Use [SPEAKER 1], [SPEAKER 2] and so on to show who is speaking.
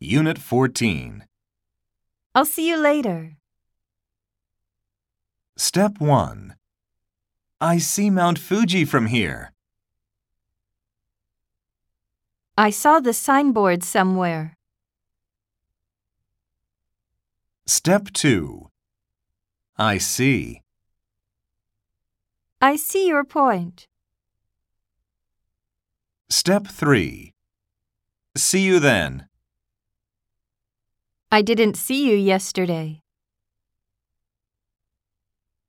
[SPEAKER 1] Unit 14.
[SPEAKER 2] I'll see you later.
[SPEAKER 1] Step 1. I see Mount Fuji from here.
[SPEAKER 2] I saw the signboard somewhere.
[SPEAKER 1] Step 2. I see.
[SPEAKER 2] I see your point.
[SPEAKER 1] Step 3. See you then.
[SPEAKER 2] I didn't see you yesterday.